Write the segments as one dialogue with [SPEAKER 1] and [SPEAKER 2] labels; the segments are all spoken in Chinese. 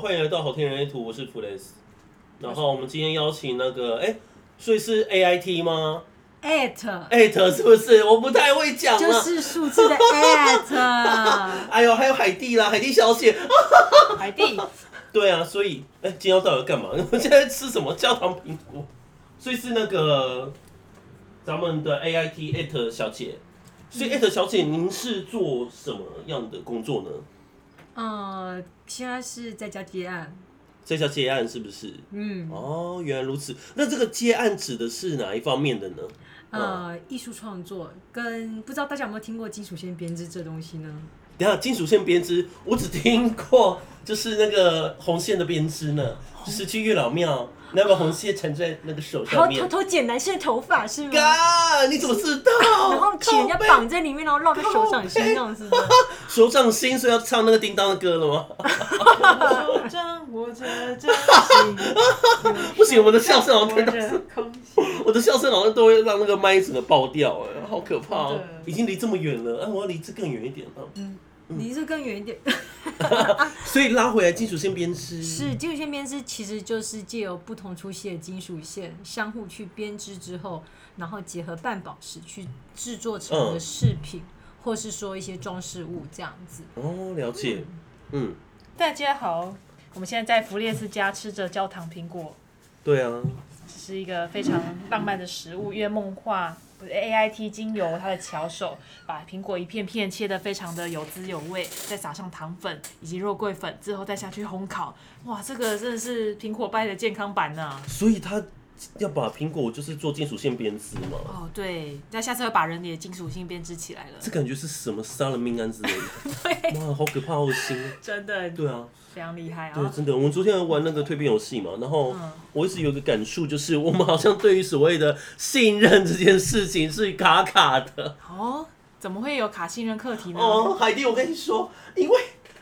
[SPEAKER 1] 欢迎来到好听人类图，我是普雷斯。然后我们今天邀请那个，哎、所以是 A I T 吗
[SPEAKER 2] at
[SPEAKER 1] ？at 是不是？我不太会讲啊。
[SPEAKER 2] 就是数字的 at，
[SPEAKER 1] 哎呦，还有海蒂啦，海蒂小姐。
[SPEAKER 2] 海蒂，
[SPEAKER 1] 对啊，所以哎、今天要到底干嘛？ 我现在吃什么焦糖苹果？所以是那个咱们的 A I T at 小姐。所以 at 小姐，您是做什么样的工作呢？
[SPEAKER 2] 嗯，现在是在家接案，
[SPEAKER 1] 这叫接案是不是？
[SPEAKER 2] 嗯，
[SPEAKER 1] 哦，原来如此。那这个接案指的是哪一方面的呢？嗯
[SPEAKER 2] 呃，艺术创作跟不知道大家有没有听过金属线编织这东西呢？
[SPEAKER 1] 等一下，金属线编织，我只听过就是那个红线的编织呢，就是去月老庙，那把红线缠在那个手
[SPEAKER 3] 然后
[SPEAKER 1] 上
[SPEAKER 3] 偷
[SPEAKER 1] 面。
[SPEAKER 3] 偷剪男生的头发是吗？然
[SPEAKER 1] 嘎，你怎么知道？
[SPEAKER 3] 后请人家
[SPEAKER 1] 靠背
[SPEAKER 3] 绑在里面，然后绕在手掌心这样子的。
[SPEAKER 1] 手掌心，所以要唱那个叮当的歌了吗？
[SPEAKER 4] 手掌握着真心，
[SPEAKER 1] 不行，我的笑声好像
[SPEAKER 4] 握
[SPEAKER 1] 太大声
[SPEAKER 4] 着空气。
[SPEAKER 1] 我的笑声好像都会让那个麦整个爆掉，哎，好可怕哦！
[SPEAKER 4] 对
[SPEAKER 1] 已经离这么远了，哎，我要离这更远一点了。
[SPEAKER 3] 嗯
[SPEAKER 1] 嗯
[SPEAKER 2] 离这更远一点，
[SPEAKER 1] 所以拉回来，金属线编织
[SPEAKER 2] 是金属线编织，其实就是借由不同粗细的金属线相互去编织之后，然后结合半宝石去制作成的
[SPEAKER 1] 嗯
[SPEAKER 2] 饰品，或是说一些装饰物这样子。
[SPEAKER 1] 哦，了解，嗯，
[SPEAKER 4] 大家好，我们现在在弗列斯家吃着焦糖苹果，
[SPEAKER 1] 对啊，
[SPEAKER 4] 这是一个非常浪漫的食物，因为梦话。A I T 精油，它的巧手把苹果一片片切得非常的有滋有味，再撒上糖粉以及肉桂粉，之后再下去烘烤。哇，这个真的是苹果派的健康版呢、啊
[SPEAKER 1] 所以他要把苹果就是做金属线编织嘛。
[SPEAKER 4] 哦，对，那下次会把人也金属性编织起来了，
[SPEAKER 1] 这感觉是什么杀了命案之类的，哇，好可怕，好恶心。
[SPEAKER 4] 真的
[SPEAKER 1] 对啊，
[SPEAKER 4] 非常厉害啊！
[SPEAKER 1] 对，真的，我们昨天玩那个蜕变游戏嘛，然后我一直有一个感触，就是我们好像对于所谓的信任这件事情是卡卡的。
[SPEAKER 4] 哦，怎么会有卡信任课题呢？
[SPEAKER 1] 哦，海蒂，我跟你说，因为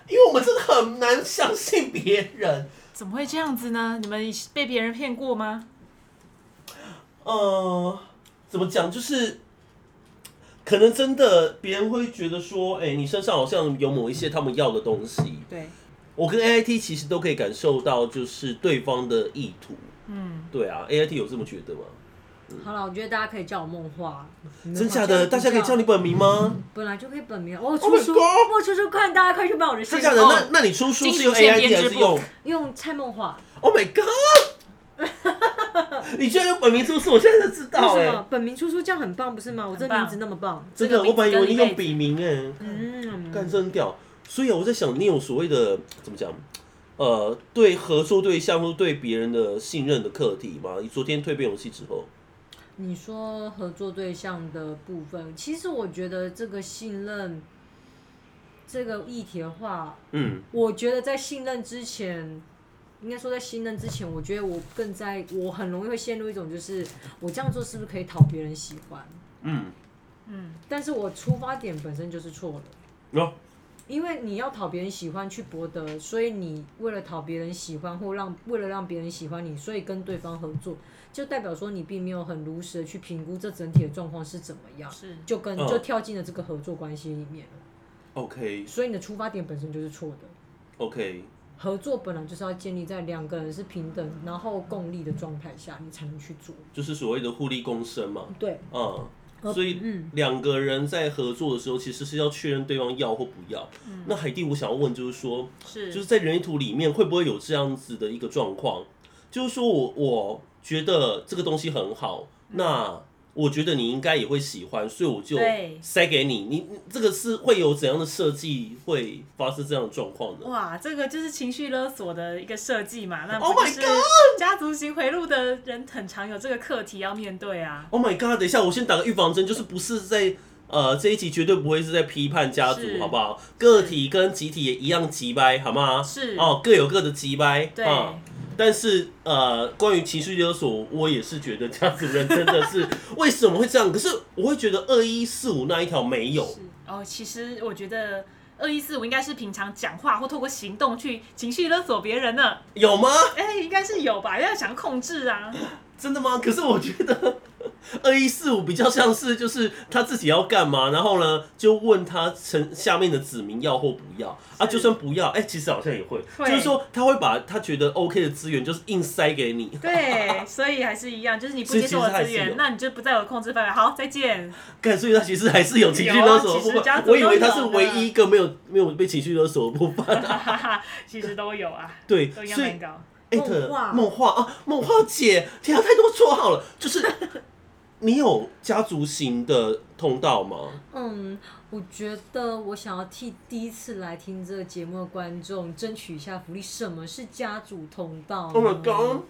[SPEAKER 1] 因为我们真的很难相信别人。
[SPEAKER 4] 怎么会这样子呢？你们被别人骗过吗？
[SPEAKER 1] 呃，怎么讲，就是可能真的别人会觉得说，哎、你身上好像有某一些他们要的东西。
[SPEAKER 4] 对，
[SPEAKER 1] 我跟 AIT 其实都可以感受到，就是对方的意图。
[SPEAKER 4] 嗯，
[SPEAKER 1] 对啊，AIT 有这么觉得吗？
[SPEAKER 2] 好了，我觉得大家可以叫我梦话，
[SPEAKER 1] 嗯真假的？大家可以叫你本名吗？
[SPEAKER 4] 嗯
[SPEAKER 2] 本来就可以本名哦，
[SPEAKER 1] Oh
[SPEAKER 2] 出
[SPEAKER 1] my
[SPEAKER 2] 书，
[SPEAKER 1] God
[SPEAKER 2] 我出书看，大家快去帮我的
[SPEAKER 1] 真
[SPEAKER 2] 信
[SPEAKER 1] 假的？
[SPEAKER 2] 哦
[SPEAKER 1] 那那你出书是用
[SPEAKER 4] 金属线
[SPEAKER 1] AIT 还
[SPEAKER 4] 编
[SPEAKER 1] 是
[SPEAKER 4] 织
[SPEAKER 1] 用
[SPEAKER 2] 用蔡梦华，
[SPEAKER 1] ？Oh my god！你居然用本名出书，我现在才知
[SPEAKER 2] 为
[SPEAKER 1] 道哎、
[SPEAKER 2] 什么本名出书这样很棒，不是吗？我这
[SPEAKER 4] 很棒
[SPEAKER 2] 名字那么棒，
[SPEAKER 1] 真的，
[SPEAKER 4] 这个名字
[SPEAKER 1] 我本来以为你
[SPEAKER 4] 跟一辈
[SPEAKER 1] 用笔
[SPEAKER 4] 子
[SPEAKER 1] 名哎、
[SPEAKER 2] 嗯，
[SPEAKER 1] 干真屌。所以啊我在想，你有所谓的怎么讲？呃，对合作对象或对别人的信任的课题吗？你昨天蜕变游戏之后，
[SPEAKER 2] 你说合作对象的部分，其实我觉得这个信任这个议题的话，
[SPEAKER 1] 嗯，
[SPEAKER 2] 我觉得在信任之前。应该说，在信任之前，我觉得我更在，我很容易会陷入一种，就是我这样做是不是可以讨别人喜欢？
[SPEAKER 1] 嗯，
[SPEAKER 2] 但是我出发点本身就是错的。
[SPEAKER 1] 然、后
[SPEAKER 2] 因为你要讨别人喜欢去博得，所以你为了讨别人喜欢或让为了让别人喜欢你，所以跟对方合作，就代表说你并没有很如实的去评估这整体的状况是怎么样，
[SPEAKER 4] 是
[SPEAKER 2] 就跟
[SPEAKER 1] 嗯
[SPEAKER 2] 就跳进了这个合作关系里面了。
[SPEAKER 1] OK
[SPEAKER 2] 所以你的出发点本身就是错的。
[SPEAKER 1] OK，
[SPEAKER 2] 合作本来就是要建立在两个人是平等，然后共利的状态下，你才能去做。
[SPEAKER 1] 就是所谓的互利共生嘛。
[SPEAKER 2] 对，
[SPEAKER 4] 哦
[SPEAKER 1] 嗯，所以两个人在合作的时候，其实是要确认对方要或不要。那海蒂，我想要问，就是说，
[SPEAKER 4] 嗯是，
[SPEAKER 1] 就是在人类图里面会不会有这样子的一个状况？就是说我我觉得这个东西很好，
[SPEAKER 4] 嗯
[SPEAKER 1] 那我觉得你应该也会喜欢，所以我就
[SPEAKER 4] 对
[SPEAKER 1] 塞给你。你你这个是会有怎样的设计会发生这样的状况呢？
[SPEAKER 4] 哇，这个就是情绪勒索的一个设计嘛。那
[SPEAKER 1] Oh
[SPEAKER 4] 不
[SPEAKER 1] my
[SPEAKER 4] 就是家族型回路的人很常有这个课题要面对啊。
[SPEAKER 1] Oh my god！等一下，我先打个预防针，就是不是在呃这一集绝对不会是在批判家族，
[SPEAKER 4] 是
[SPEAKER 1] 好不好？个体跟集体也一样急掰，好吗？
[SPEAKER 4] 是
[SPEAKER 1] 哦，各有各的急掰。
[SPEAKER 4] 对
[SPEAKER 1] 啊但是呃，关于情绪勒索，我也是觉得家族人真的是 为什么会这样？可是我会觉得二一四五那一条没有，
[SPEAKER 4] 哦，其实我觉得二一四五应该是平常讲话或透过行动去情绪勒索别人呢。
[SPEAKER 1] 有吗？
[SPEAKER 4] 哎、应该是有吧，因为想控制啊。
[SPEAKER 1] 真的吗？可是我觉得 二一四五比较像是就是他自己要干嘛，然后呢就问他成下面的子民要或不要啊，就算不要，哎、其实好像也会，
[SPEAKER 4] 会
[SPEAKER 1] 就是说他会把他觉得 OK 的资源就是硬塞给你，
[SPEAKER 4] 对，所以还是一样，就是你不
[SPEAKER 1] 所以
[SPEAKER 4] 接受
[SPEAKER 1] 其
[SPEAKER 4] 我
[SPEAKER 1] 实还
[SPEAKER 4] 的资
[SPEAKER 1] 是有
[SPEAKER 4] 源，那你就不在我的控制范围。好，再见。
[SPEAKER 1] 干，所以他其实还是有情绪
[SPEAKER 4] 有啊
[SPEAKER 1] 勒索的
[SPEAKER 4] 其实
[SPEAKER 1] 部
[SPEAKER 4] 家
[SPEAKER 1] 分
[SPEAKER 4] 族。都
[SPEAKER 1] 我以为他是
[SPEAKER 4] 有的
[SPEAKER 1] 唯一一个没有没有被情绪勒索的部分。啊
[SPEAKER 4] 哈哈哈，其实都有啊，
[SPEAKER 1] 对，
[SPEAKER 4] 都
[SPEAKER 1] 所
[SPEAKER 4] 一样难
[SPEAKER 1] 以
[SPEAKER 4] 搞。
[SPEAKER 1] 艾
[SPEAKER 2] 梦
[SPEAKER 1] 特
[SPEAKER 2] 话
[SPEAKER 1] 梦话啊，梦话姐，天啊，太多绰号了。就是你有家族型的通道吗？
[SPEAKER 2] 嗯，我觉得我想要替第一次来听这个节目的观众争取一下福利。什么是家族通道
[SPEAKER 1] Oh
[SPEAKER 2] 呢
[SPEAKER 1] my god！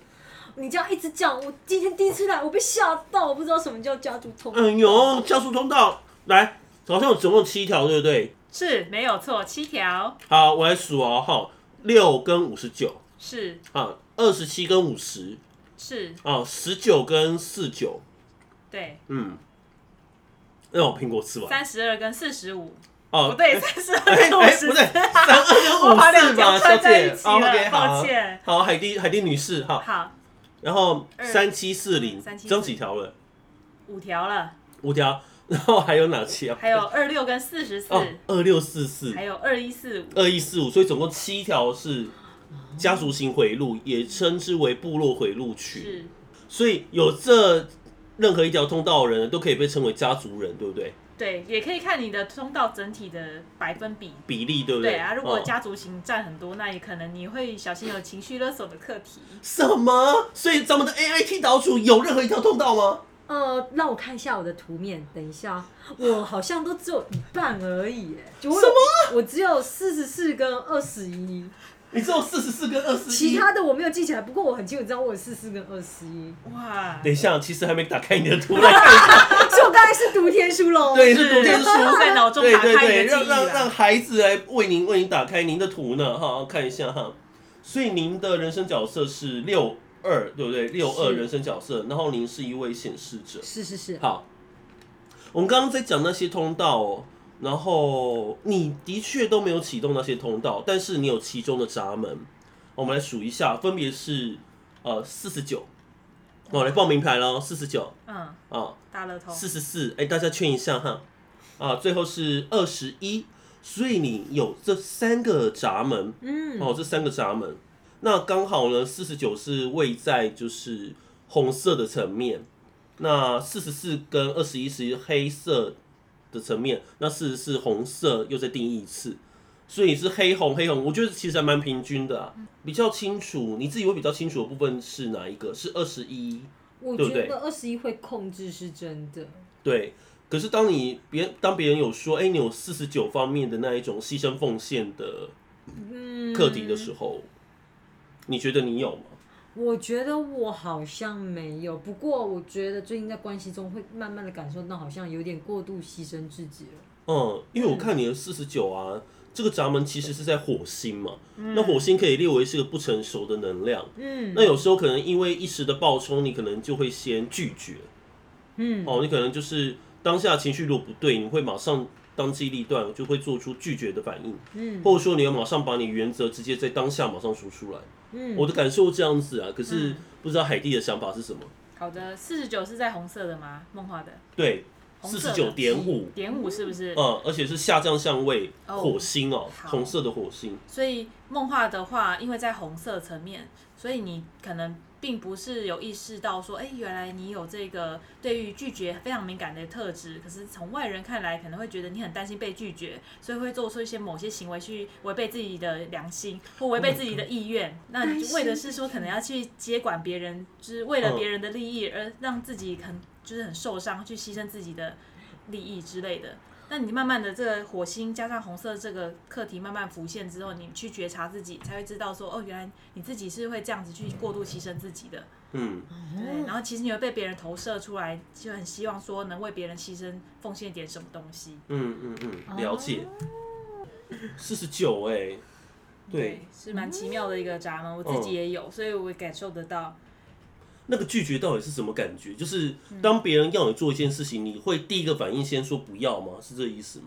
[SPEAKER 2] 你这样一直讲，我今天第一次来，我被吓到，我不知道什么叫家族通道。
[SPEAKER 1] 哎呦，家族通道，来，好像有总共七条，对不对？
[SPEAKER 4] 是没有错，七条
[SPEAKER 1] 好，我来数哦，哈，六跟五十九
[SPEAKER 4] 是
[SPEAKER 1] 啊，二十七跟五十
[SPEAKER 4] 是，
[SPEAKER 1] 啊，十九跟四九，
[SPEAKER 4] 对，
[SPEAKER 1] 嗯，让我苹果吃完
[SPEAKER 4] 三十二跟四十五，
[SPEAKER 1] 哦，
[SPEAKER 4] 不对，三十
[SPEAKER 1] 哎
[SPEAKER 4] 二跟五
[SPEAKER 1] 哎，
[SPEAKER 4] 十
[SPEAKER 1] 不对，三二
[SPEAKER 4] 我把
[SPEAKER 1] 跟五
[SPEAKER 4] 两
[SPEAKER 1] 四嘛，小
[SPEAKER 4] 条串在
[SPEAKER 1] 姐
[SPEAKER 4] 一起
[SPEAKER 1] 哦
[SPEAKER 4] 了，
[SPEAKER 1] ，OK，
[SPEAKER 4] 抱
[SPEAKER 1] 好，
[SPEAKER 4] 歉。
[SPEAKER 1] 好，海蒂海蒂女士，好，
[SPEAKER 4] 好，
[SPEAKER 1] 然后
[SPEAKER 4] 二
[SPEAKER 1] 三七四零，
[SPEAKER 4] 3740
[SPEAKER 1] 这样几条了？
[SPEAKER 4] 五条了，
[SPEAKER 1] 五条，然后还有哪七啊？
[SPEAKER 4] 还有二六跟四十四，
[SPEAKER 1] 哦，二六四四
[SPEAKER 4] 还，有二一四五，
[SPEAKER 1] 二一四五，所以总共七条是家族型回路，也称之为部落回路群。
[SPEAKER 4] 是，
[SPEAKER 1] 所以有这任何一条通道的人呢，都可以被称为家族人，对不对？
[SPEAKER 4] 对，也可以看你的通道整体的百分比。
[SPEAKER 1] 比例对不
[SPEAKER 4] 对啊，如果
[SPEAKER 1] 嗯
[SPEAKER 4] 家族型占很多，那也可能你会小心有情绪勒索的课题。
[SPEAKER 1] 什么？所以咱们的 AIT 岛主有任何一条通道吗？
[SPEAKER 2] 呃，让我看一下我的图面，等一下，我好像都只有一半而已，哎，什
[SPEAKER 1] 什
[SPEAKER 2] 么？我只有四十四跟二十一，
[SPEAKER 1] 你只有四十四跟二十一，
[SPEAKER 2] 其他的我没有记起来，不过我很清楚知道我有四四跟二十一，
[SPEAKER 4] 哇，
[SPEAKER 1] 等一下，其实还没打开你的图来看一下，
[SPEAKER 2] 所以我刚才是读天书喽。
[SPEAKER 1] 对，是读天书，
[SPEAKER 4] 在脑中
[SPEAKER 1] 对
[SPEAKER 4] 打
[SPEAKER 1] 对
[SPEAKER 4] 开
[SPEAKER 1] 对，
[SPEAKER 4] 你的
[SPEAKER 1] 让
[SPEAKER 4] 记忆啊
[SPEAKER 1] 让让
[SPEAKER 4] 啦。
[SPEAKER 1] 孩子来为您为您打开您的图呢，哈，看一下哈。所以您的人生角色是六二，对不对？六二
[SPEAKER 2] 是
[SPEAKER 1] 人生角色，然后您是一位显示者。
[SPEAKER 2] 是是是，
[SPEAKER 1] 好，我们刚刚在讲那些通道哦，然后你的确都没有启动那些通道，但是你有其中的闸门。我们来数一下，分别是呃四十九，我来报名牌喽，四十九
[SPEAKER 4] 嗯，
[SPEAKER 1] 啊，
[SPEAKER 4] 大乐透
[SPEAKER 1] 四十四，哎，大家劝一下哈，啊，最后是二十一，所以你有这三个闸门
[SPEAKER 2] 嗯，
[SPEAKER 1] 哦，这三个闸门，那刚好呢，四十九是位在就是红色的层面，那四十四跟二十一是黑色的层面，那四十四红色又再定义一次，所以是黑红黑红，我觉得其实还蛮平均的啊，比较清楚，你自己会比较清楚的部分是哪一个？是二十一。
[SPEAKER 2] 我
[SPEAKER 1] 对不
[SPEAKER 2] 觉
[SPEAKER 1] 对
[SPEAKER 2] 得二十一会控制是真的，
[SPEAKER 1] 对，可是当你别当别人有说，哎、你有四十九方面的那一种牺牲奉献的
[SPEAKER 2] 嗯，
[SPEAKER 1] 课题的时候，你觉得你有吗？
[SPEAKER 2] 我觉得我好像没有，不过我觉得最近在关系中会慢慢的感受到，好像有点过度牺牲自己了。
[SPEAKER 1] 嗯，因为我看你的四十九啊，这个闸门其实是在火星嘛，那火星可以列为是个不成熟的能量。
[SPEAKER 2] 嗯
[SPEAKER 1] 那有时候可能因为一时的暴冲，你可能就会先拒绝
[SPEAKER 2] 嗯，
[SPEAKER 1] 哦，你可能就是当下情绪如果不对，你会马上当机立断，就会做出拒绝的反应，
[SPEAKER 2] 嗯
[SPEAKER 1] 或者说你要马上把你原则直接在当下马上说出来。
[SPEAKER 2] 嗯，
[SPEAKER 1] 我的感受这样子啊，可是
[SPEAKER 4] 嗯
[SPEAKER 1] 不知道海蒂的想法是什么。
[SPEAKER 4] 好的，四十九是在红色的吗？梦华的
[SPEAKER 1] 对，
[SPEAKER 4] 红
[SPEAKER 1] 四
[SPEAKER 4] 色
[SPEAKER 1] 十
[SPEAKER 4] 的
[SPEAKER 1] 九点五，
[SPEAKER 4] 点五是不是？
[SPEAKER 1] 嗯，而且是下降相位，
[SPEAKER 4] 哦
[SPEAKER 1] 火星哦，
[SPEAKER 4] 好
[SPEAKER 1] 红色的火星，
[SPEAKER 4] 所以梦话的话，因为在红色层面，所以你可能并不是有意识到说，哎、原来你有这个对于拒绝非常敏感的特质。可是从外人看来，可能会觉得你很担心被拒绝，所以会做出一些某些行为去违背自己的良心或违背自己的意愿。那
[SPEAKER 2] 担
[SPEAKER 4] 你
[SPEAKER 2] 心
[SPEAKER 4] 为的是说，可能要去接管别人，就是为了别人的利益而让自己很就是很受伤，去牺牲自己的利益之类的。那你慢慢的这个火星加上红色这个课题慢慢浮现之后，你去觉察自己，才会知道说，哦，原来你自己是会这样子去过度牺牲自己的。
[SPEAKER 1] 嗯，
[SPEAKER 4] 哦对，
[SPEAKER 2] 哦
[SPEAKER 4] 然后其实你会被别人投射出来，就很希望说能为别人牺牲奉献点什么东西。
[SPEAKER 1] 嗯嗯
[SPEAKER 4] 哦
[SPEAKER 1] 嗯，了解。四十九哎，对，，
[SPEAKER 4] 是蛮奇妙的一个闸门，我自己也有，所以我感受得到。
[SPEAKER 1] 那个拒绝到底是什么感觉？就是
[SPEAKER 4] 嗯
[SPEAKER 1] 当别人要你做一件事情，你会第一个反应先说不要吗？是这意思吗？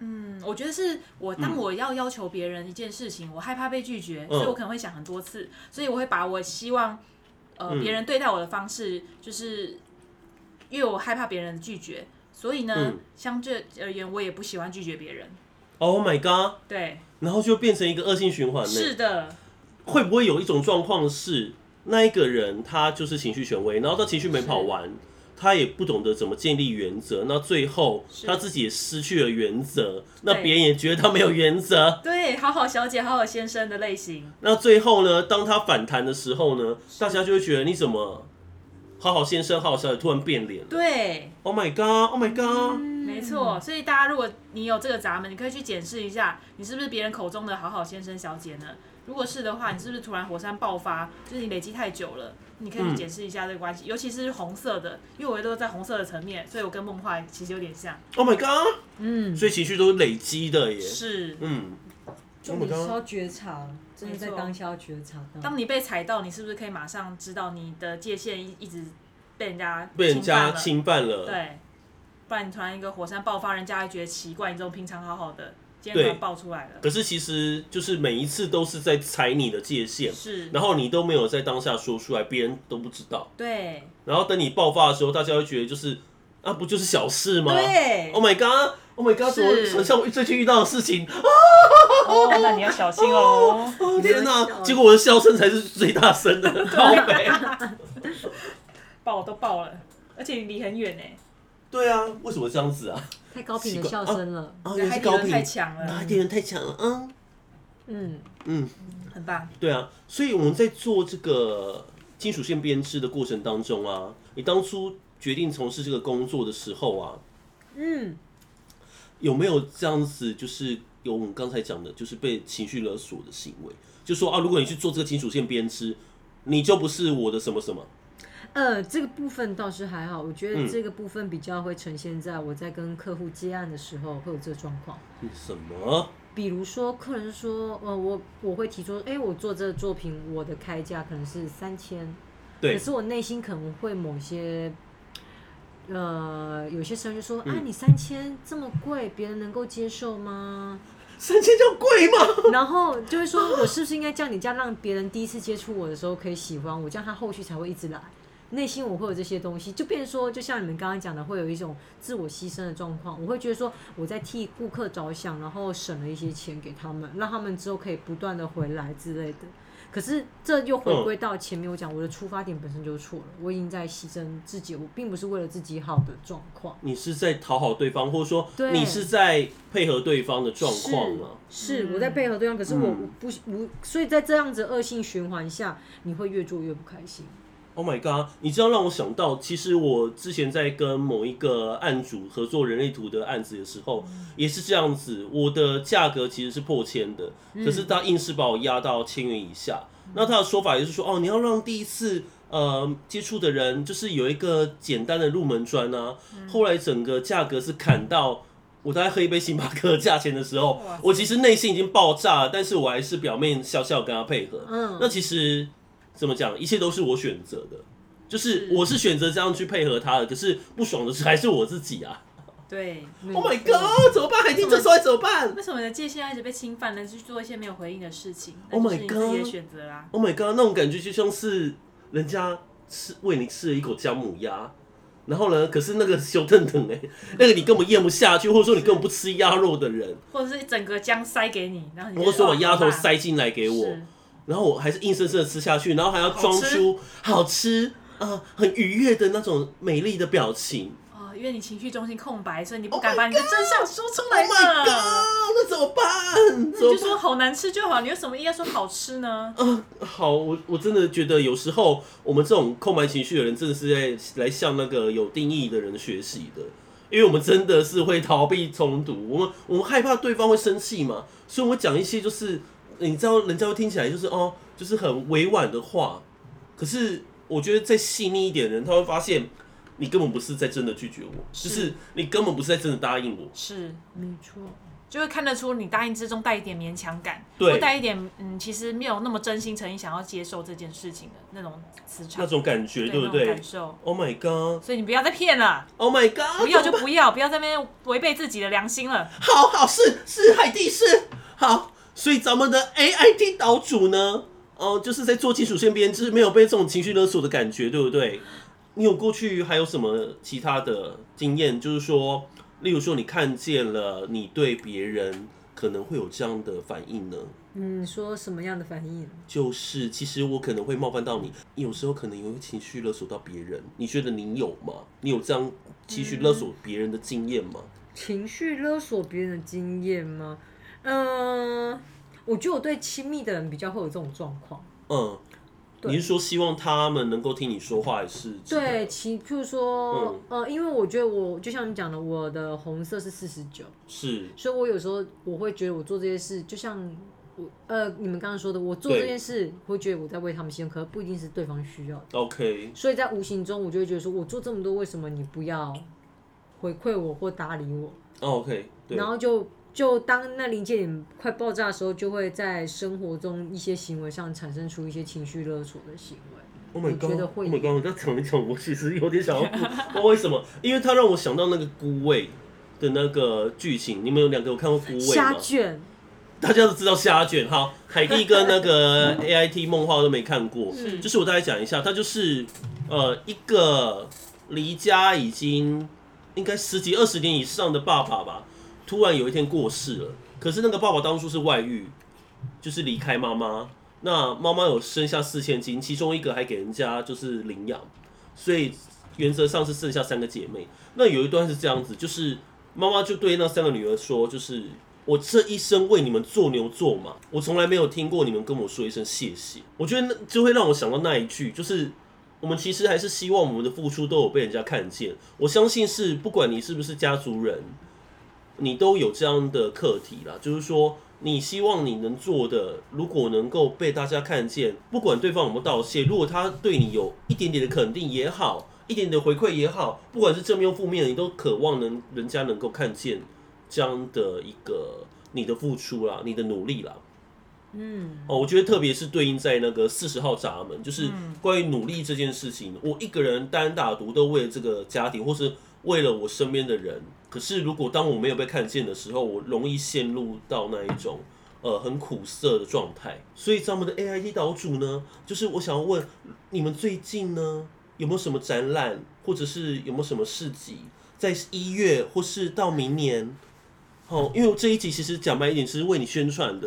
[SPEAKER 4] 嗯，我觉得是我当
[SPEAKER 1] 嗯
[SPEAKER 4] 我要要求别人一件事情，我害怕被拒绝，所以我可能会想很多次，所以我会把我希望呃
[SPEAKER 1] 嗯
[SPEAKER 4] 别人对待我的方式，就是因为我害怕别人拒绝，所以呢，
[SPEAKER 1] 嗯
[SPEAKER 4] 相对而言，我也不喜欢拒绝别人。
[SPEAKER 1] Oh my god！
[SPEAKER 4] 对，
[SPEAKER 1] 然后就变成一个恶性循环呢。
[SPEAKER 4] 是的，
[SPEAKER 1] 会不会有一种状况是，那一个人他就是情绪权威，然后他情绪没跑完，他也不懂得怎么建立原则，那最后
[SPEAKER 4] 是
[SPEAKER 1] 他自己也失去了原则，那别人也觉得他没有原则，
[SPEAKER 4] 对，好好小姐，好好先生的类型，
[SPEAKER 1] 那最后呢，当他反弹的时候呢，大家就会觉得你怎么好好先生、好好小姐突然变脸了
[SPEAKER 4] 对，嗯
[SPEAKER 1] ？Oh my god！Oh my god！、
[SPEAKER 4] 没
[SPEAKER 1] 嗯
[SPEAKER 4] 错。所以大家如果你有这个闸门，你可以去检视一下，你是不是别人口中的好好先生、小姐呢？如果是的话，你是不是突然火山爆发？就是你累积太久了，你可以去
[SPEAKER 1] 嗯
[SPEAKER 4] 检视一下这个关系，尤其是红色的，因为我都在红色的层面，所以我跟梦幻其实有点像，
[SPEAKER 1] o h oh my god！
[SPEAKER 2] 嗯，
[SPEAKER 1] 所以情绪都是累积的耶。
[SPEAKER 4] 是。
[SPEAKER 1] 嗯，
[SPEAKER 2] 重点是要觉察，真的在
[SPEAKER 4] 没错
[SPEAKER 2] 当下要觉察到。
[SPEAKER 4] 当你被踩到，你是不是可以马上知道你的界限一一直被人家
[SPEAKER 1] 被人家
[SPEAKER 4] 侵
[SPEAKER 1] 侵犯了。
[SPEAKER 4] 犯了？对，不然你突然一个火山爆发，人家会觉得奇怪，你这种平常好好的，今天突然
[SPEAKER 1] 对
[SPEAKER 4] 爆出来了，
[SPEAKER 1] 可是其实就是每一次都是在踩你的界限，
[SPEAKER 4] 是，
[SPEAKER 1] 然后你都没有在当下说出来，别人都不知道。
[SPEAKER 4] 对，
[SPEAKER 1] 然后等你爆发的时候，大家会觉得就是啊，不就是小事吗
[SPEAKER 4] 对
[SPEAKER 1] ？Oh my god！Oh my god！怎么
[SPEAKER 4] 是
[SPEAKER 1] 怎么像我最近遇到的事情？
[SPEAKER 4] 哦，那你要小心哦。
[SPEAKER 1] 哦天
[SPEAKER 2] 你有
[SPEAKER 1] 哪！
[SPEAKER 2] 笑
[SPEAKER 1] 结果我的笑声才是最大声 的，靠北。
[SPEAKER 4] 爆都爆了，而且你离很远呢，
[SPEAKER 1] 对啊，为什么这样子啊？
[SPEAKER 2] 太高频的笑声了，
[SPEAKER 1] 啊，原来
[SPEAKER 4] 海
[SPEAKER 1] 是
[SPEAKER 4] 底
[SPEAKER 1] 高
[SPEAKER 4] 轮
[SPEAKER 1] 频，
[SPEAKER 4] 太强
[SPEAKER 1] 啊，
[SPEAKER 4] 了，
[SPEAKER 1] 点人太强了，嗯
[SPEAKER 2] 嗯，
[SPEAKER 1] 嗯，
[SPEAKER 4] 很棒，
[SPEAKER 1] 对啊，所以我们在做这个金属线编织的过程当中啊，你当初决定从事这个工作的时候啊，
[SPEAKER 2] 嗯，
[SPEAKER 1] 有没有这样子，就是有我们刚才讲的，就是被情绪勒索的行为？就说啊，如果你去做这个金属线编织，你就不是我的什么什么。
[SPEAKER 2] 呃，这个部分倒是还好，我觉
[SPEAKER 1] 嗯
[SPEAKER 2] 得这个部分比较会呈现在我在跟客户接案的时候会有这个状况。
[SPEAKER 1] 嗯什么？
[SPEAKER 2] 比如说，客人说，呃，我我会提出，哎、我做这个作品，我的开价可能是三千，
[SPEAKER 1] 对
[SPEAKER 2] 可是我内心可能会某些，呃，有些时候就说，
[SPEAKER 1] 嗯
[SPEAKER 2] 啊，你三千这么贵，别人能够接受吗？
[SPEAKER 1] 三千叫贵吗？
[SPEAKER 2] 然后就会说，我是不是应该叫你这样，让别人第一次接触我的时候可以喜欢我，这样他后续才会一直来。内心我会有这些东西，就变成说，就像你们刚刚讲的，会有一种自我牺牲的状况。我会觉得说，我在替顾客着想，然后省了一些钱给他们，让他们之后可以不断的回来之类的。可是这又回归到前面我讲，我的出发点本身就错了，我已经在牺牲自己，我并不是为了自己好的状况。
[SPEAKER 1] 你是在讨好对方，或者说
[SPEAKER 2] 对
[SPEAKER 1] 你是在配合对方的状况嗯啊？
[SPEAKER 2] 是我在配合对方，可是我不不，所以在这样子恶性循环下，你会越做越不开心。
[SPEAKER 1] Oh my god！你这样让我想到，其实我之前在跟某一个案主合作人类图的案子的时候，
[SPEAKER 4] 嗯
[SPEAKER 1] 也是这样子。我的价格其实是破千的，可
[SPEAKER 4] 嗯
[SPEAKER 1] 是他硬是把我压到千元以下。那他的说法也是说，哦，你要让第一次呃接触的人，就是有一个简单的入门砖啊。
[SPEAKER 4] 嗯
[SPEAKER 1] 后来整个价格是砍到。我大概喝一杯星巴克的价钱的时候
[SPEAKER 4] 哇塞，
[SPEAKER 1] 我其实内心已经爆炸了，但是我还是表面笑笑跟他配合。
[SPEAKER 2] 嗯
[SPEAKER 1] 那其实怎么讲，一切都是我选择的，就是
[SPEAKER 4] 是
[SPEAKER 1] 我是选择这样去配合他的，可是不爽的是还是我自己 啊
[SPEAKER 4] 对。
[SPEAKER 1] ！Oh my god，怎么办？海听这时候还怎么办
[SPEAKER 4] 为什么你的界限要一直被侵犯呢？去做一些没有回应的事情，那
[SPEAKER 1] Oh
[SPEAKER 4] 就是
[SPEAKER 1] my
[SPEAKER 4] 你自己的
[SPEAKER 1] God
[SPEAKER 4] 选择啦。
[SPEAKER 1] ？Oh my god，那种感觉就像是人家吃喂你吃了一口姜母鸭。然后呢？可是那个修腾腾哎，那个你根本咽不下去，或者说你根本不吃鸭肉的 人，
[SPEAKER 4] 或者是整个姜塞给你，然后你
[SPEAKER 1] 或者说把鸭头
[SPEAKER 4] 塞
[SPEAKER 1] 塞进来给我，
[SPEAKER 4] 是
[SPEAKER 1] 然后我还是硬生生的吃下去，然后还要装
[SPEAKER 4] 好吃
[SPEAKER 1] 出好吃啊、很愉悦的那种美丽的表情。
[SPEAKER 4] 哦，因为你情绪中心空白，所以你不
[SPEAKER 1] Oh
[SPEAKER 4] 敢
[SPEAKER 1] my
[SPEAKER 4] 把你的真相说出
[SPEAKER 1] Oh
[SPEAKER 4] 来
[SPEAKER 1] my
[SPEAKER 4] 嘛。
[SPEAKER 1] god，那怎么办？
[SPEAKER 4] 那
[SPEAKER 1] 怎么
[SPEAKER 4] 你就
[SPEAKER 1] 办
[SPEAKER 4] 说好难吃就好，你为什么应该说好吃呢？
[SPEAKER 1] 啊，好，我我真的觉得有时候我们这种空白情绪的人，真的是在来向那个有定义的人学习的，因为我们真的是会逃避冲突，我们我们害怕对方会生气嘛，所以我们讲一些就是你知道人家会听起来就是哦，就是很委婉的话，可是我觉得再细腻一点的人，他会发现你根本不是在真的拒绝我，
[SPEAKER 4] 是
[SPEAKER 1] 就是你根本不是在真的答应我，
[SPEAKER 4] 是，
[SPEAKER 2] 没错，
[SPEAKER 4] 就会看得出你答应之中带一点勉强感，
[SPEAKER 1] 对
[SPEAKER 4] 或带一点嗯，其实没有那么真心诚意想要接受这件事情的那种磁场
[SPEAKER 1] 那，种感觉对
[SPEAKER 4] 那
[SPEAKER 1] 不
[SPEAKER 4] 种
[SPEAKER 1] 对
[SPEAKER 4] 感受。
[SPEAKER 1] ？Oh my god！
[SPEAKER 4] 所以你不要再骗了，
[SPEAKER 1] Oh my god！
[SPEAKER 4] 不要
[SPEAKER 1] 怎
[SPEAKER 4] 就
[SPEAKER 1] 么办
[SPEAKER 4] 不要，不要在那边违背自己的良心了。
[SPEAKER 1] 好好是是海蒂是好，所以咱们的 AIT 岛主呢，哦、就是在做基础线编织，没有被这种情绪勒索的感觉，对不对？你有过去还有什么其他的经验？就是说，例如说你看见了你对别人可能会有这样的反应呢？
[SPEAKER 2] 嗯，说什么样的反应？
[SPEAKER 1] 就是其实我可能会冒犯到你，你有时候可能也会情绪勒索到别人。你觉得你有吗？你有这样情绪勒索别人的经验吗？
[SPEAKER 2] 情绪勒索别人的经验吗？嗯、我觉得我对亲密的人比较会有这种状况。
[SPEAKER 1] 嗯，
[SPEAKER 2] 对
[SPEAKER 1] 你是说希望他们能够听你说话，还是嗯知道
[SPEAKER 2] 对，其譬如说，呃，因为我觉得我就像你讲的，我的红色是四十九，
[SPEAKER 1] 是
[SPEAKER 2] 所以我有时候我会觉得我做这些事，就像我呃你们刚刚说的，我做
[SPEAKER 1] 对
[SPEAKER 2] 这件事会觉得我在为他们牺牲，可不一定是对方需要的。
[SPEAKER 1] OK？
[SPEAKER 2] 所以在无形中，我就会觉得说，我做这么多，为什么你不要回馈我或搭理我？
[SPEAKER 1] 哦，OK，对
[SPEAKER 2] 然，后就就当那临界点快爆炸的时候，就会在生活中一些行为上产生出一些情绪勒索的行为。
[SPEAKER 1] Oh my
[SPEAKER 2] 你
[SPEAKER 1] god！
[SPEAKER 2] 觉得会
[SPEAKER 1] Oh my god！我再讲一讲，我其实有点想要 哭，不知道为什么，因为他让我想到那个孤味的那个剧情。你们有两个有看过孤味吗
[SPEAKER 2] 虾？卷，
[SPEAKER 1] 大家都知道虾卷哈，海蒂跟那个 A I T 梦话都没看过，就是我大概讲一下，它就是呃一个离家已经应该十几二十年以上的爸爸吧，突然有一天过世了，可是那个爸爸当初是外遇，就是离开妈妈，那妈妈有生下四千金，其中一个还给人家就是领养，所以原则上是剩下三个姐妹。那有一段是这样子，就是妈妈就对那三个女儿说，就是我这一生为你们做牛做马，我从来没有听过你们跟我说一声谢谢。我觉得那就会让我想到那一句，就是我们其实还是希望我们的付出都有被人家看见。我相信是不管你是不是家族人，你都有这样的课题啦，就是说。你希望你能做的，如果能够被大家看见，不管对方有没有道谢，如果他对你有一点点的肯定也好，一点点的回馈也好，不管是正面或负面，你都渴望能人家能够看见这样的一个你的付出啦，你的努力啦。
[SPEAKER 2] 嗯，
[SPEAKER 1] 哦，我觉得特别是对应在那个四十号闸门，就是关于努力这件事情，我一个人单打独斗为了这个家庭，或是为了我身边的人。可是如果当我没有被看见的时候，我容易陷入到那一种呃很苦涩的状态。所以咱们的 A I T 岛主呢，就是我想要问你们最近呢有没有什么展览，或者是有没有什么市集，在一月或是到明年？哦，因为这一集其实讲白一点是为你宣传的，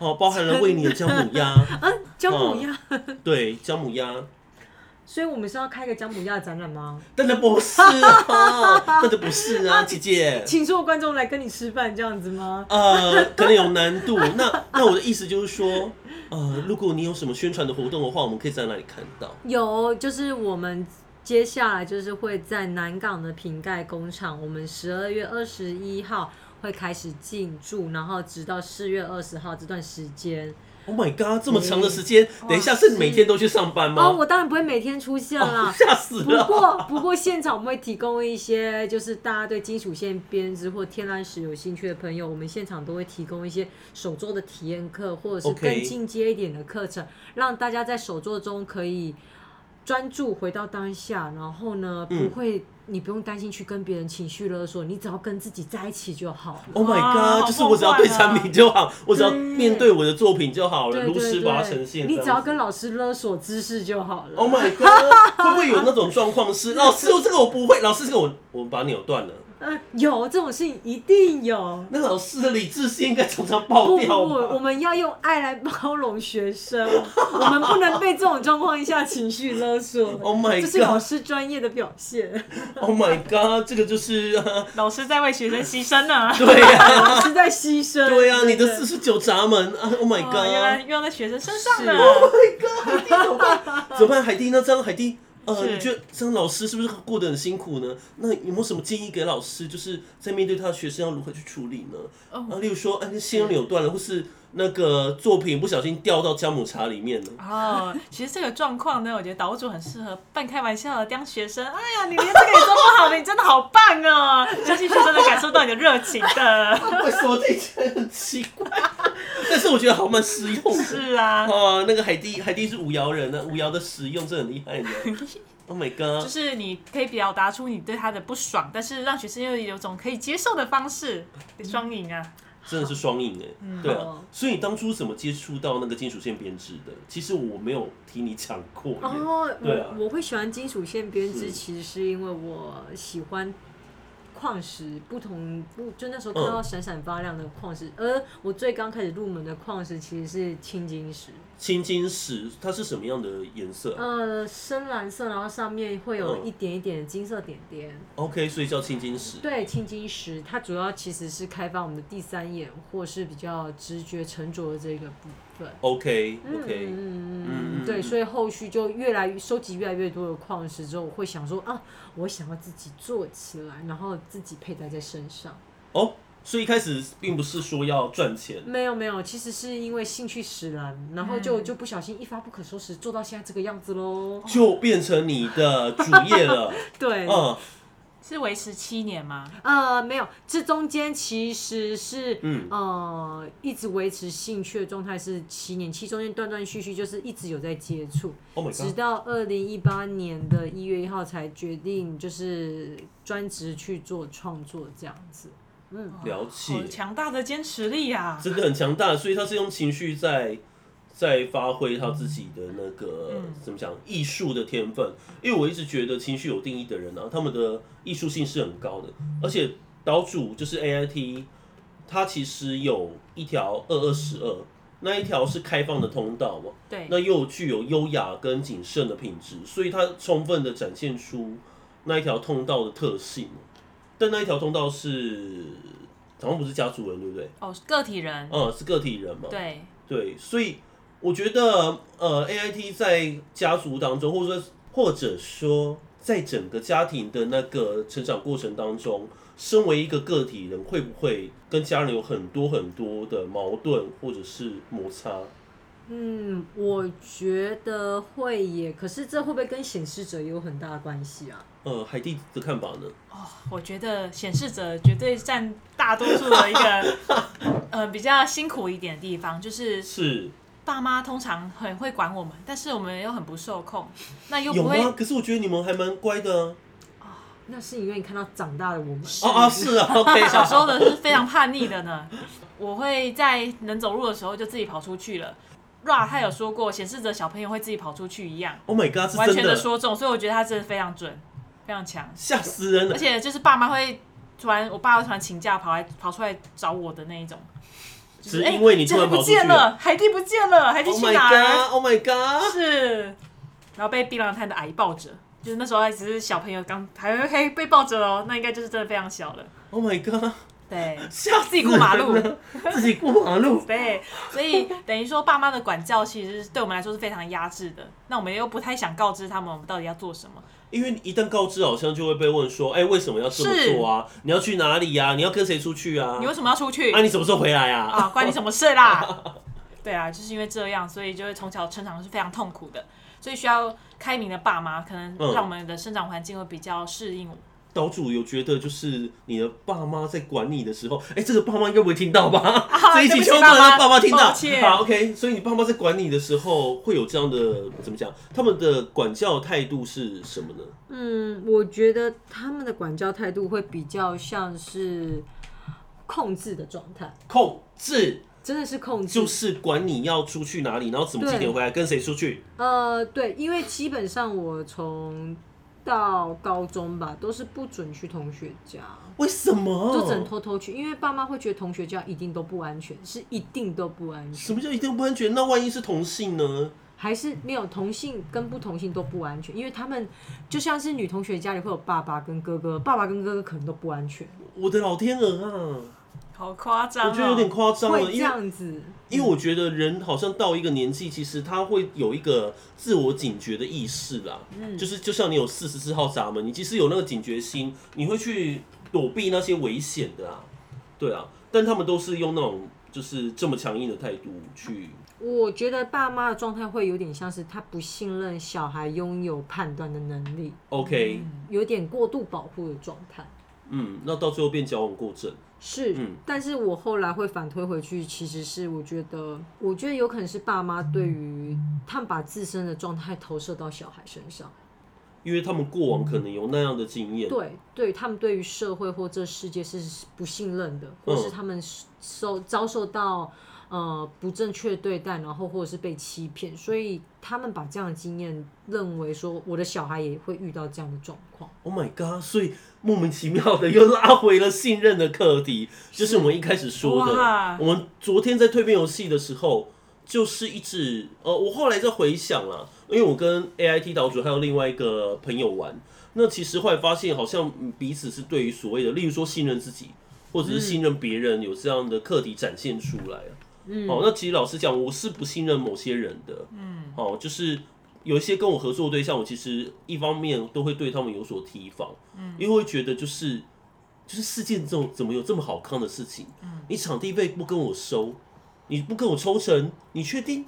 [SPEAKER 1] 哦，包含了为你的姜母 鸭，
[SPEAKER 2] 啊，姜母鸭，
[SPEAKER 1] 对，姜母鸭，
[SPEAKER 2] 所以我们是要开个姜母鸭的展览吗？
[SPEAKER 1] 但那不是啊，但那不是啊，姐 姐，
[SPEAKER 2] 请所有观众来跟你吃饭这样子吗？
[SPEAKER 1] 呃，可能有难度。那那我的意思就是说，呃，如果你有什么宣传的活动的话，我们可以在哪里看到？
[SPEAKER 2] 有，就是我们接下来就是会在南港的瓶盖工厂，我们十二月二十一号会开始进驻，然后直到四月二十号这段时间。
[SPEAKER 1] Oh my god！这么长的时间，等一下是每天都去上班
[SPEAKER 2] 嗯哦，
[SPEAKER 1] 吗？哦
[SPEAKER 2] 我当然不会每天出现啦。
[SPEAKER 1] 吓死
[SPEAKER 2] 不
[SPEAKER 1] 了！
[SPEAKER 2] 过，不过现场我们会提供一些，就是大家对金属线编织或天然石有兴趣的朋友，我们现场都会提供一些手作的体验课，或者是
[SPEAKER 1] OK
[SPEAKER 2] 更进阶一点的课程让大家在手作中可以专注回到当下，然后呢，
[SPEAKER 1] 嗯
[SPEAKER 2] 不会，你不用担心去跟别人情绪勒索，你只要跟自己在一起就好了。啊
[SPEAKER 1] Oh my
[SPEAKER 4] 哇
[SPEAKER 1] god！就是我只要对产品就好，我只要面对我的作品就好了，
[SPEAKER 2] 对
[SPEAKER 1] 如
[SPEAKER 2] 对
[SPEAKER 1] 实把它呈
[SPEAKER 2] 对，
[SPEAKER 1] 现。
[SPEAKER 2] 你
[SPEAKER 1] 这
[SPEAKER 2] 只
[SPEAKER 1] 样
[SPEAKER 2] 要
[SPEAKER 1] 子
[SPEAKER 2] 跟老师勒索知识就好了。
[SPEAKER 1] Oh my god！会不会有那种状况是老师这个我不会，老师这个我我把它扭断了。
[SPEAKER 2] 呃，有这种事情一定有。
[SPEAKER 1] 那老师的理智性应该常常爆
[SPEAKER 2] 不不
[SPEAKER 1] 掉
[SPEAKER 2] 不，我
[SPEAKER 1] 吧？
[SPEAKER 2] 们要用爱来包容学生，我们不能被这种状况下情绪勒索。
[SPEAKER 1] Oh my
[SPEAKER 2] 这是老师专业的表现，
[SPEAKER 1] Oh my god！这个就是呃
[SPEAKER 4] 老师在为学生牺牲 呢。
[SPEAKER 1] 对呀、
[SPEAKER 2] 老师在牺 牲。
[SPEAKER 1] 对呀、你的
[SPEAKER 2] 对
[SPEAKER 1] 四十九闸门啊！Oh 啊 my
[SPEAKER 4] 哦原来
[SPEAKER 1] god！Oh
[SPEAKER 4] 用在学生身上呢。
[SPEAKER 1] 怎么办，海蒂？那这样海蒂，呃，
[SPEAKER 4] 是
[SPEAKER 1] 你觉得这样老师是不是过得很辛苦呢？那有没有什么建议给老师，就是在面对他的学生要如何去处理呢？啊，例如说，啊，那线扭断了，或是那个作品不小心掉到姜母茶里面了。
[SPEAKER 4] 哦，其实这个状况呢，我觉得岛主很适合半开玩笑的当学生。哎呀，你连这个也做不好了，你真的好棒哦！相信学生能感受到你的热情 的。
[SPEAKER 1] 为什么听起来很奇怪？但是我觉得好蛮实用的。
[SPEAKER 4] 是啊，
[SPEAKER 1] 哦，那个海蒂，海蒂是五爻人呢、啊，五爻的使用是很厉害的。Oh my
[SPEAKER 4] 就
[SPEAKER 1] god！
[SPEAKER 4] 是你可以表达出你对他的不爽，但是让学生又有一种可以接受的方式，双赢啊！
[SPEAKER 1] 真的是双印哎，对啊
[SPEAKER 2] 好，
[SPEAKER 1] 所以你当初怎么接触到那个金属线编织的？其实我没有听你讲过耶，
[SPEAKER 2] 哦，
[SPEAKER 1] 对啊
[SPEAKER 2] 我我会喜欢金属线编织，
[SPEAKER 1] 嗯
[SPEAKER 2] 其实是因为我喜欢矿石，不同不就那
[SPEAKER 1] 嗯
[SPEAKER 2] 时候看到闪闪发亮的矿石，而我最刚开始入门的矿石其实是青金石，
[SPEAKER 1] 青金石它是什么样的颜色啊
[SPEAKER 2] 呃，深蓝色，然后上面会有
[SPEAKER 1] 嗯
[SPEAKER 2] 一点一点的金色点点。
[SPEAKER 1] ？OK，所以叫青金石。
[SPEAKER 2] 对，青金石它主要其实是开发我们的第三眼，或是比较直觉沉着的这个部分。
[SPEAKER 1] OK OK，
[SPEAKER 2] 嗯
[SPEAKER 1] 嗯嗯
[SPEAKER 2] 对，
[SPEAKER 1] 嗯
[SPEAKER 2] 所以后续就越来越收集越来越多的矿石之后，我会想说啊，我想要自己做起来，然后自己佩戴在身上。
[SPEAKER 1] 哦，所以一开始并不是说要赚钱，
[SPEAKER 2] 没有没有，其实是因为兴趣使然，然后就、
[SPEAKER 4] 嗯
[SPEAKER 2] 就不小心一发不可收拾，做到现在这个样子喽。
[SPEAKER 1] 就变成你的主业了。
[SPEAKER 2] 对，
[SPEAKER 1] 嗯，
[SPEAKER 4] 是维持七年吗？
[SPEAKER 2] 呃，没有，这中间其实是，
[SPEAKER 1] 嗯
[SPEAKER 2] 呃，一直维持兴趣的状态是七年，其中间断断续续就是一直有在接触，
[SPEAKER 1] ，Oh my
[SPEAKER 2] 直
[SPEAKER 1] god，
[SPEAKER 2] 到二零一八年的一月一号才决定就是专职去做创作这样子。嗯，
[SPEAKER 1] 了
[SPEAKER 4] 好
[SPEAKER 1] 解，
[SPEAKER 4] 强大的坚持力啊！
[SPEAKER 1] 真的很强大，所以他是用情绪在在发挥他自己的那个、怎么讲艺术的天分。因为我一直觉得情绪有定义的人啊，他们的艺术性是很高的，而且岛主就是 AIT，他其实有一条二二十二。那一条是开放的通道嘛，
[SPEAKER 4] 对，
[SPEAKER 1] 那又具有优雅跟谨慎的品质，所以它充分的展现出那一条通道的特性。但那一条通道是好像不是家族人，对不对？
[SPEAKER 4] 哦，个体人，
[SPEAKER 1] 嗯，是个体人嘛。
[SPEAKER 4] 对，
[SPEAKER 1] 对，所以我觉得呃，A I T 在家族当中，或者说或者说在整个家庭的那个成长过程当中，身为一个个体人，会不会跟家人有很多很多的矛盾或者是摩擦？
[SPEAKER 2] 嗯，我觉得会耶，可是这会不会跟显示者也有很大的关系啊？
[SPEAKER 1] 呃，海蒂的看法呢？
[SPEAKER 4] 哦我觉得显示者绝对占大多数的一个， 呃，比较辛苦一点的地方，就是
[SPEAKER 1] 是
[SPEAKER 4] 爸妈通常很会管我们，但是我们又很不受控，那又
[SPEAKER 1] 有
[SPEAKER 4] 不会
[SPEAKER 1] 吗？可是我觉得你们还蛮乖的啊。
[SPEAKER 2] 那是因为你看到长大的我们，
[SPEAKER 1] 哦哦，是 啊，OK，
[SPEAKER 4] 小时候的是非常叛逆的呢。我会在能走路的时候就自己跑出去了。Ra 他有说过，显示着小朋友会自己跑出去一样，
[SPEAKER 1] ，Oh my God，
[SPEAKER 4] 完
[SPEAKER 1] 是
[SPEAKER 4] 全
[SPEAKER 1] 真
[SPEAKER 4] 的
[SPEAKER 1] 的，
[SPEAKER 4] 说中，所以我觉得他真的非常准，非常强。
[SPEAKER 1] 吓死人
[SPEAKER 4] 而
[SPEAKER 1] 了。
[SPEAKER 4] 且就是爸妈会突然，我爸会突然请假跑来跑出来找我的那一种，就哎
[SPEAKER 1] 只是因为你突然
[SPEAKER 4] 这
[SPEAKER 1] 跑
[SPEAKER 4] 不
[SPEAKER 1] 出去
[SPEAKER 4] 见了，海蒂不见了，海蒂
[SPEAKER 1] Oh
[SPEAKER 4] 去
[SPEAKER 1] my
[SPEAKER 4] 哪儿？
[SPEAKER 1] God，Oh my God，
[SPEAKER 4] 是，然后被槟榔摊的阿姨抱着，就是那时候还只是小朋友刚还会嘿被抱着哦，那应该就是真的非常小了。
[SPEAKER 1] Oh my God，
[SPEAKER 4] 对，
[SPEAKER 1] 吓
[SPEAKER 4] 自己过马路
[SPEAKER 1] 死人了， 自己过马路。
[SPEAKER 4] 对，所以等于说爸妈的管教其实是对我们来说是非常压制的。那我们又不太想告知他们我们到底要做什 么。
[SPEAKER 1] 因为一旦告知，好像就会被问说，哎，为什么要这么做啊？你要去哪里呀？你要跟谁出去啊
[SPEAKER 4] 你？为什么要出去
[SPEAKER 1] 啊，你什么时候回来啊？
[SPEAKER 4] 啊？关你什么事啦？对啊，就是因为这样，所以就会从小成长是非常痛苦的。所以需要开明的爸妈，可能
[SPEAKER 1] 嗯
[SPEAKER 4] 让我们的生长环境会比较适应我。
[SPEAKER 1] 岛主有觉得就是你的爸妈在管你的时候，哎，这个爸妈应该不会听到吧？ 这一
[SPEAKER 4] 啊对
[SPEAKER 1] 集
[SPEAKER 4] 不起
[SPEAKER 1] 千万不能让
[SPEAKER 4] 爸
[SPEAKER 1] 爸
[SPEAKER 4] 妈
[SPEAKER 1] 妈听到。
[SPEAKER 4] 抱歉
[SPEAKER 1] 好，OK。所以你爸妈在管你的时候，会有这样的怎么讲？他们的管教态度是什么呢？
[SPEAKER 2] 嗯，我觉得他们的管教态度会比较像是控制的状态，
[SPEAKER 1] 控制
[SPEAKER 2] 真的是控制，
[SPEAKER 1] 就是管你要出去哪里，然后怎么几点回来，跟谁出去。
[SPEAKER 2] 呃，对，因为基本上我从到高中吧，都是不准去同学家，
[SPEAKER 1] 为什么？
[SPEAKER 2] 就只能偷偷去，因为爸妈会觉得同学家一定都不安全，是一定都不安全，
[SPEAKER 1] 什么叫一定不安全？那万一是同性呢？
[SPEAKER 2] 还是没有同性跟不同性都不安全，因为他们就像是女同学家里会有爸爸跟哥哥，爸爸跟哥哥可能都不安全，
[SPEAKER 1] 我的老天鹅啊！
[SPEAKER 4] 好夸张、哦！
[SPEAKER 1] 我觉得有点夸张
[SPEAKER 2] 会
[SPEAKER 1] 了，
[SPEAKER 2] 这
[SPEAKER 1] 因为
[SPEAKER 2] 样子。
[SPEAKER 1] 因为我觉得人好像到一个年纪，其实他会有一个自我警觉的意识啦。
[SPEAKER 2] 嗯
[SPEAKER 1] 就是就像你有四十四号闸门，你其实有那个警觉心，你会去躲避那些危险的啊。对啊，但他们都是用那种就是这么强硬的态度
[SPEAKER 2] 嗯
[SPEAKER 1] 去
[SPEAKER 2] 我觉得爸妈的状态会有点像是他不信任小孩拥有判断的能力，
[SPEAKER 1] OK，
[SPEAKER 2] 有点过度保护的状态。
[SPEAKER 1] 嗯，那到最后变矫枉过正。
[SPEAKER 2] 是，
[SPEAKER 1] 嗯
[SPEAKER 2] 但是我后来会反推回去，其实是我觉得，我觉得有可能是爸妈对于他们把自身的状态投射到小孩身上，
[SPEAKER 1] 因为他们过往可能有那样的经验。
[SPEAKER 2] 对，对于他们对于社会或这世界是不信任
[SPEAKER 1] 嗯
[SPEAKER 2] 的，或是他们受遭受到呃不正确对待，然后或者是被欺骗，所以他们把这样的经验认为说，我的小孩也会遇到这样的状况。
[SPEAKER 1] Oh my god！所以莫名其妙的又拉回了信任的课题，就是我们一开始说的
[SPEAKER 4] 哇。
[SPEAKER 1] 我们昨天在蜕变游戏的时候，就是一直呃，我后来在回想啦，因为我跟 AIT 岛主还有另外一个朋友玩，那其实后来发现好像嗯彼此是对于所谓的，例如说信任自己，或者是信任别人，有这样的课题展现出来啊。哦，那其实老实讲，我是不信任某些人的。嗯，哦，就是有一些跟我合作的对象，我其实一方面都会对他们有所提防，嗯，因为会觉得就是就是世界这种怎么有这么好康的事情？嗯，你场地费不跟我收，你不跟我抽成，你确定？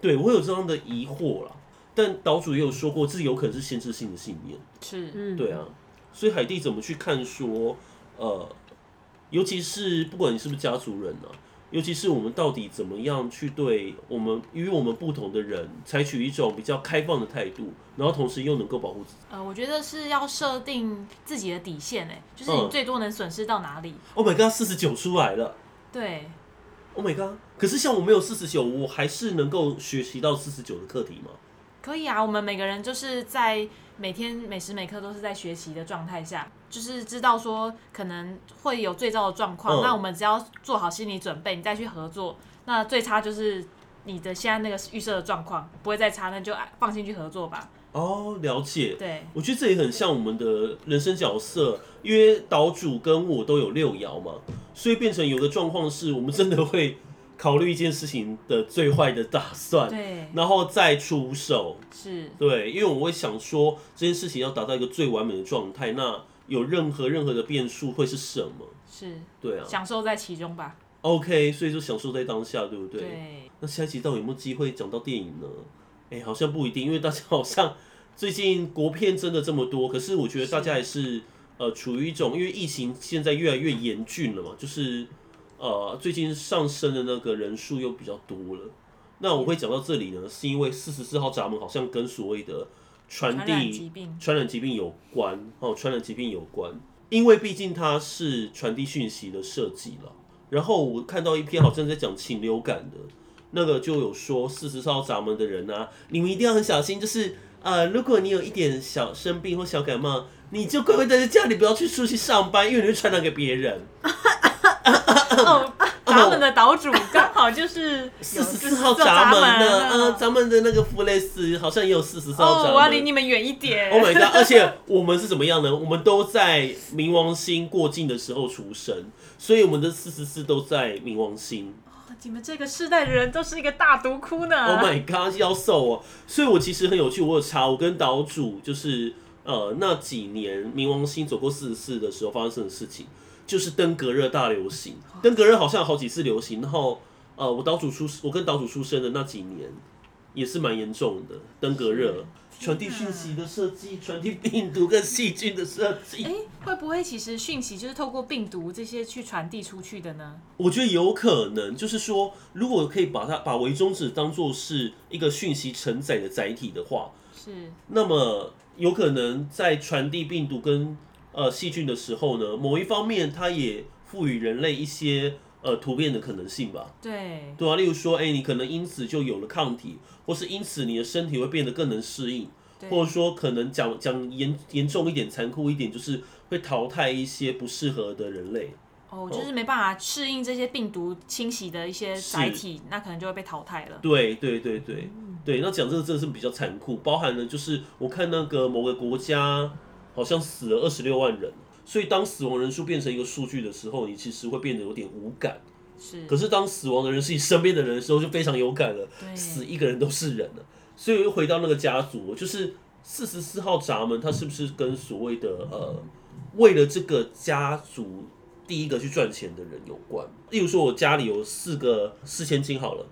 [SPEAKER 1] 对我有这样的疑惑啦。但岛主也有说过，这有可能是限制性的信念。
[SPEAKER 4] 是
[SPEAKER 2] 嗯，
[SPEAKER 1] 对啊，所以海蒂怎么去看说，呃，尤其是不管你是不是家族人啊，尤其是我们到底怎么样去对我们与我们不同的人，采取一种比较开放的态度，然后同时又能够保护自己。
[SPEAKER 4] 呃，我觉得是要设定自己的底线，哎，就是
[SPEAKER 1] 嗯
[SPEAKER 4] 你最多能损失到哪里？
[SPEAKER 1] Oh my god，四十九出来了
[SPEAKER 4] 对，
[SPEAKER 1] ，Oh my god！可是像我没有四十九，我还是能够学习到四十九的课题吗？
[SPEAKER 4] 可以啊，我们每个人就是在每天每时每刻都是在学习的状态下，就是知道说可能会有最糟的状况，
[SPEAKER 1] 嗯
[SPEAKER 4] 那我们只要做好心理准备，你再去合作，那最差就是你的现在那个预设的状况不会再差，那就放心去合作吧。
[SPEAKER 1] 哦，了解。
[SPEAKER 4] 对，
[SPEAKER 1] 我觉得这也很像我们的人生角色，因为岛主跟我都有六爻嘛，所以变成有的状况是我们真的会考虑一件事情的最坏的打算，
[SPEAKER 4] 对，
[SPEAKER 1] 然后再出手。
[SPEAKER 4] 是，
[SPEAKER 1] 对，因为我会想说这件事情要达到一个最完美的状态，那有任何任何的变数会是什么？
[SPEAKER 4] 是，
[SPEAKER 1] 对啊
[SPEAKER 4] 享受在其中吧。
[SPEAKER 1] ，OK，所以就享受在当下，对不对？
[SPEAKER 4] 对，
[SPEAKER 1] 那下一集到底有没有机会讲到电影呢？哎、好像不一定，因为大家 好像最近国片真的这么多，可是我觉得大家还是呃处于一种，因为疫情现在越来越严峻了嘛，就是呃最近上升的那个人数又比较多了。那我会讲到这里呢，是因为四十四号闸门好像跟所谓的传
[SPEAKER 4] 传染
[SPEAKER 1] 递
[SPEAKER 4] 疾病，
[SPEAKER 1] 传染疾病有关哦，传染疾病有关，因为毕竟它是传递讯息的设计了。然后我看到一篇好像在讲禽流感的，那个就有说四十号闸门的人啊，你们一定要很小心，就是呃，如果你有一点小生病或小感冒，你就乖乖待在家里，不要去出去上班，因为你会传染给别人。
[SPEAKER 4] 哦，咱们的岛主刚好就是
[SPEAKER 1] 嗯四十四号闸门呢，呃，
[SPEAKER 4] 哦
[SPEAKER 1] 咱们的那个弗雷斯好像也有四十四号闸门。
[SPEAKER 4] 我要离你们远一点。
[SPEAKER 1] Oh my god！而且我们是怎么样呢？我们都在冥王星过境的时候出生，所以我们的四十四都在冥王星。
[SPEAKER 4] 你们这个世代的人都是一个大毒窟呢。
[SPEAKER 1] Oh my god！妖兽哦，所以我其实很有趣，我有查，我跟岛主就是呃那几年冥王星走过四十四的时候发生的事情，就是登革热大流行。登革热好像有好几次流行，然后呃我岛主出我跟岛主出生的那几年也是蛮严重的登革热。传递讯息的设计，传递病毒跟细菌的设计。
[SPEAKER 4] 哎、会不会其实讯息就是透过病毒这些去传递出去的呢？
[SPEAKER 1] 我觉得有可能，就是说，如果可以把它把微中指当做是一个讯息承载的载体的话，
[SPEAKER 4] 是
[SPEAKER 1] 那么有可能在传递病毒跟呃细菌的时候呢，某一方面它也赋予人类一些呃突变的可能性吧。
[SPEAKER 4] 对，
[SPEAKER 1] 对啊，例如说，哎、你可能因此就有了抗体，或是因此你的身体会变得更能适应，
[SPEAKER 4] 对
[SPEAKER 1] 或者说可能讲讲严严重一点、残酷一点，就是会淘汰一些不适合的人类。
[SPEAKER 4] 哦，就是没办法适应这些病毒侵袭的一些载体，那可能就会被淘汰了。
[SPEAKER 1] 对对对对对，那讲这个真的是比较残酷，包含了就是我看那个某个国家好像死了二十六万人，所以当死亡人数变成一个数据的时候，你其实会变得有点无感。
[SPEAKER 4] 是，
[SPEAKER 1] 可是当死亡的人是你身边的人的时候，就非常有感了，
[SPEAKER 4] 对
[SPEAKER 1] 死一个人都是人了。所以我又回到那个家族，就是四十四号闸门，它是不是跟所谓的呃，为了这个家族第一个去赚钱的人有关？例如说，我家里有四个四千金好了，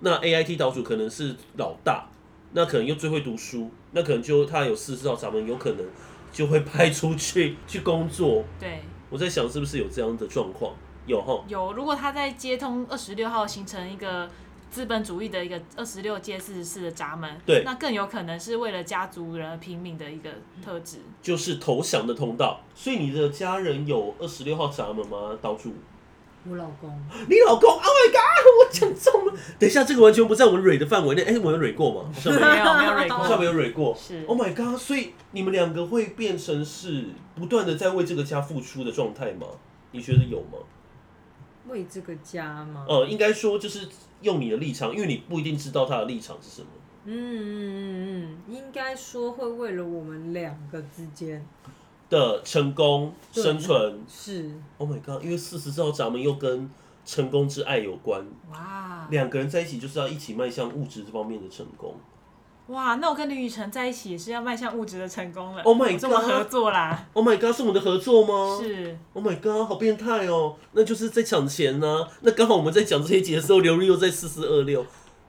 [SPEAKER 1] 那 AIT 岛主可能是老大，那可能又最会读书，那可能就他有四十四号闸门，有可能就会派出去去工作。
[SPEAKER 4] 对，
[SPEAKER 1] 我在想是不是有这样的状况？有哈，
[SPEAKER 4] 有如果他在接通二十六号形成一个资本主义的一个二十六届四十四的闸门，
[SPEAKER 1] 对
[SPEAKER 4] 那更有可能是为了家族人而拼命的一个特质。
[SPEAKER 1] 就是投降的通道。所以你的家人有二十六号闸门吗？岛主，
[SPEAKER 2] 我老公
[SPEAKER 1] 你老公？Oh my god！我讲中了。等一下，这个完全不在我们蕊的范围内。哎、我有蕊过吗？好像没有
[SPEAKER 4] 没有没 有蕊
[SPEAKER 1] 好像没
[SPEAKER 4] 过，
[SPEAKER 1] 有蕊过。
[SPEAKER 4] 是
[SPEAKER 1] Oh my god！所以你们两个会变成是不断的在为这个家付出的状态吗？你觉得有吗？
[SPEAKER 2] 为这个家嘛，
[SPEAKER 1] 呃，应该说就是用你的立场，因为你不一定知道他的立场是什么。
[SPEAKER 2] 嗯嗯嗯嗯，应该说会为了我们两个之间
[SPEAKER 1] 的成功
[SPEAKER 2] 对
[SPEAKER 1] 生存
[SPEAKER 2] 是
[SPEAKER 1] ，Oh my god！因为四十号闸门又跟成功之爱有关，
[SPEAKER 4] 哇
[SPEAKER 1] 两个人在一起就是要一起迈向物质这方面的成功。
[SPEAKER 4] 哇，那我跟李宇辰在一起也是要迈向物质的成功了。
[SPEAKER 1] Oh my
[SPEAKER 4] 这么合作啦，
[SPEAKER 1] Oh my god！是我们的合作吗？
[SPEAKER 4] 是
[SPEAKER 1] Oh my god！好变态哦，那就是在抢钱呢、那刚好我们在讲这一集的时候，刘日又在四四二六，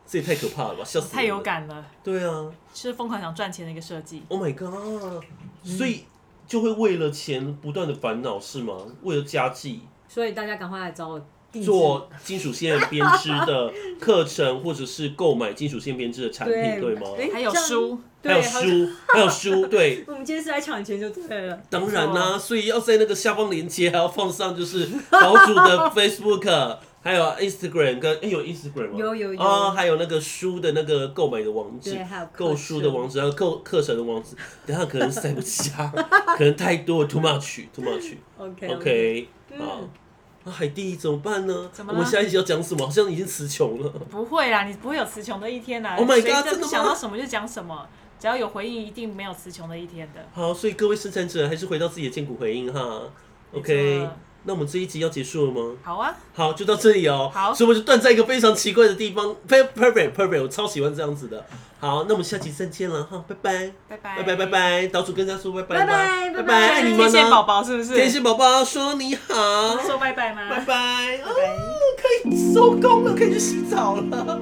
[SPEAKER 1] 这也太可怕了吧！笑死！
[SPEAKER 4] 太有。感了，
[SPEAKER 1] 对啊
[SPEAKER 4] 是疯狂想赚钱的一个设计。
[SPEAKER 1] ，Oh my god！所以就会为了钱不断的烦恼是吗？为了家计。
[SPEAKER 2] 所以大家赶快来找我定制
[SPEAKER 1] 做金属线编织 的课程，或者是购买金属线编织的产品，
[SPEAKER 2] 对
[SPEAKER 1] 对吗？
[SPEAKER 2] 诶
[SPEAKER 4] 还有
[SPEAKER 2] 这样
[SPEAKER 4] 书，
[SPEAKER 1] 还有
[SPEAKER 2] 对，好像
[SPEAKER 1] 书，还有书，对，
[SPEAKER 2] 我们今天是来抢钱就对了。
[SPEAKER 1] 当然啦、所以要在那个下方链接还要放上， 就是岛主的 Facebook，还有 Instagram 跟、诶有 Instagram 吗？
[SPEAKER 2] 有有有
[SPEAKER 1] 啊，还有那个书的那个购买的网址
[SPEAKER 2] 对还有，课
[SPEAKER 1] 购书的网址，还有购课程的网址。等一下可能塞不 下，可能太多，too much，too much。
[SPEAKER 2] OK
[SPEAKER 1] OK，好。
[SPEAKER 2] 嗯
[SPEAKER 1] 那海蒂怎么办呢？
[SPEAKER 4] 怎么
[SPEAKER 1] 我
[SPEAKER 4] 了
[SPEAKER 1] 们下一集要讲什么？好像已经词穷了。
[SPEAKER 4] 不会啦，你不会有词穷的一天啦。
[SPEAKER 1] Oh my god，
[SPEAKER 4] 谁真
[SPEAKER 1] 真的吗
[SPEAKER 4] 想到什么就讲什么，只要有回应，一定没有词穷的一天的。
[SPEAKER 1] 好，所以各位生产者还是回到自己的剑骨回应哈。
[SPEAKER 4] 没错
[SPEAKER 1] OK，那我们这一集要结束了吗？
[SPEAKER 4] 好啊，
[SPEAKER 1] 好，就到这里哦。
[SPEAKER 4] 好
[SPEAKER 1] 所以我就断在一个非常奇怪的地方。Perfect，perfect，我超喜欢这样子的。好，那我们下集再见了哈，拜拜，
[SPEAKER 4] 拜拜
[SPEAKER 1] 拜拜，拜。拜。岛主跟大家说拜拜吧，
[SPEAKER 2] 拜拜拜拜
[SPEAKER 1] 爱你
[SPEAKER 4] 天
[SPEAKER 1] 们
[SPEAKER 4] 线宝
[SPEAKER 1] 呢。
[SPEAKER 4] 宝是不是？
[SPEAKER 1] 天线宝宝说你好，
[SPEAKER 4] 说拜拜吗？
[SPEAKER 1] 拜拜，哦
[SPEAKER 4] 拜，
[SPEAKER 1] 可以收工了，可以去洗澡了。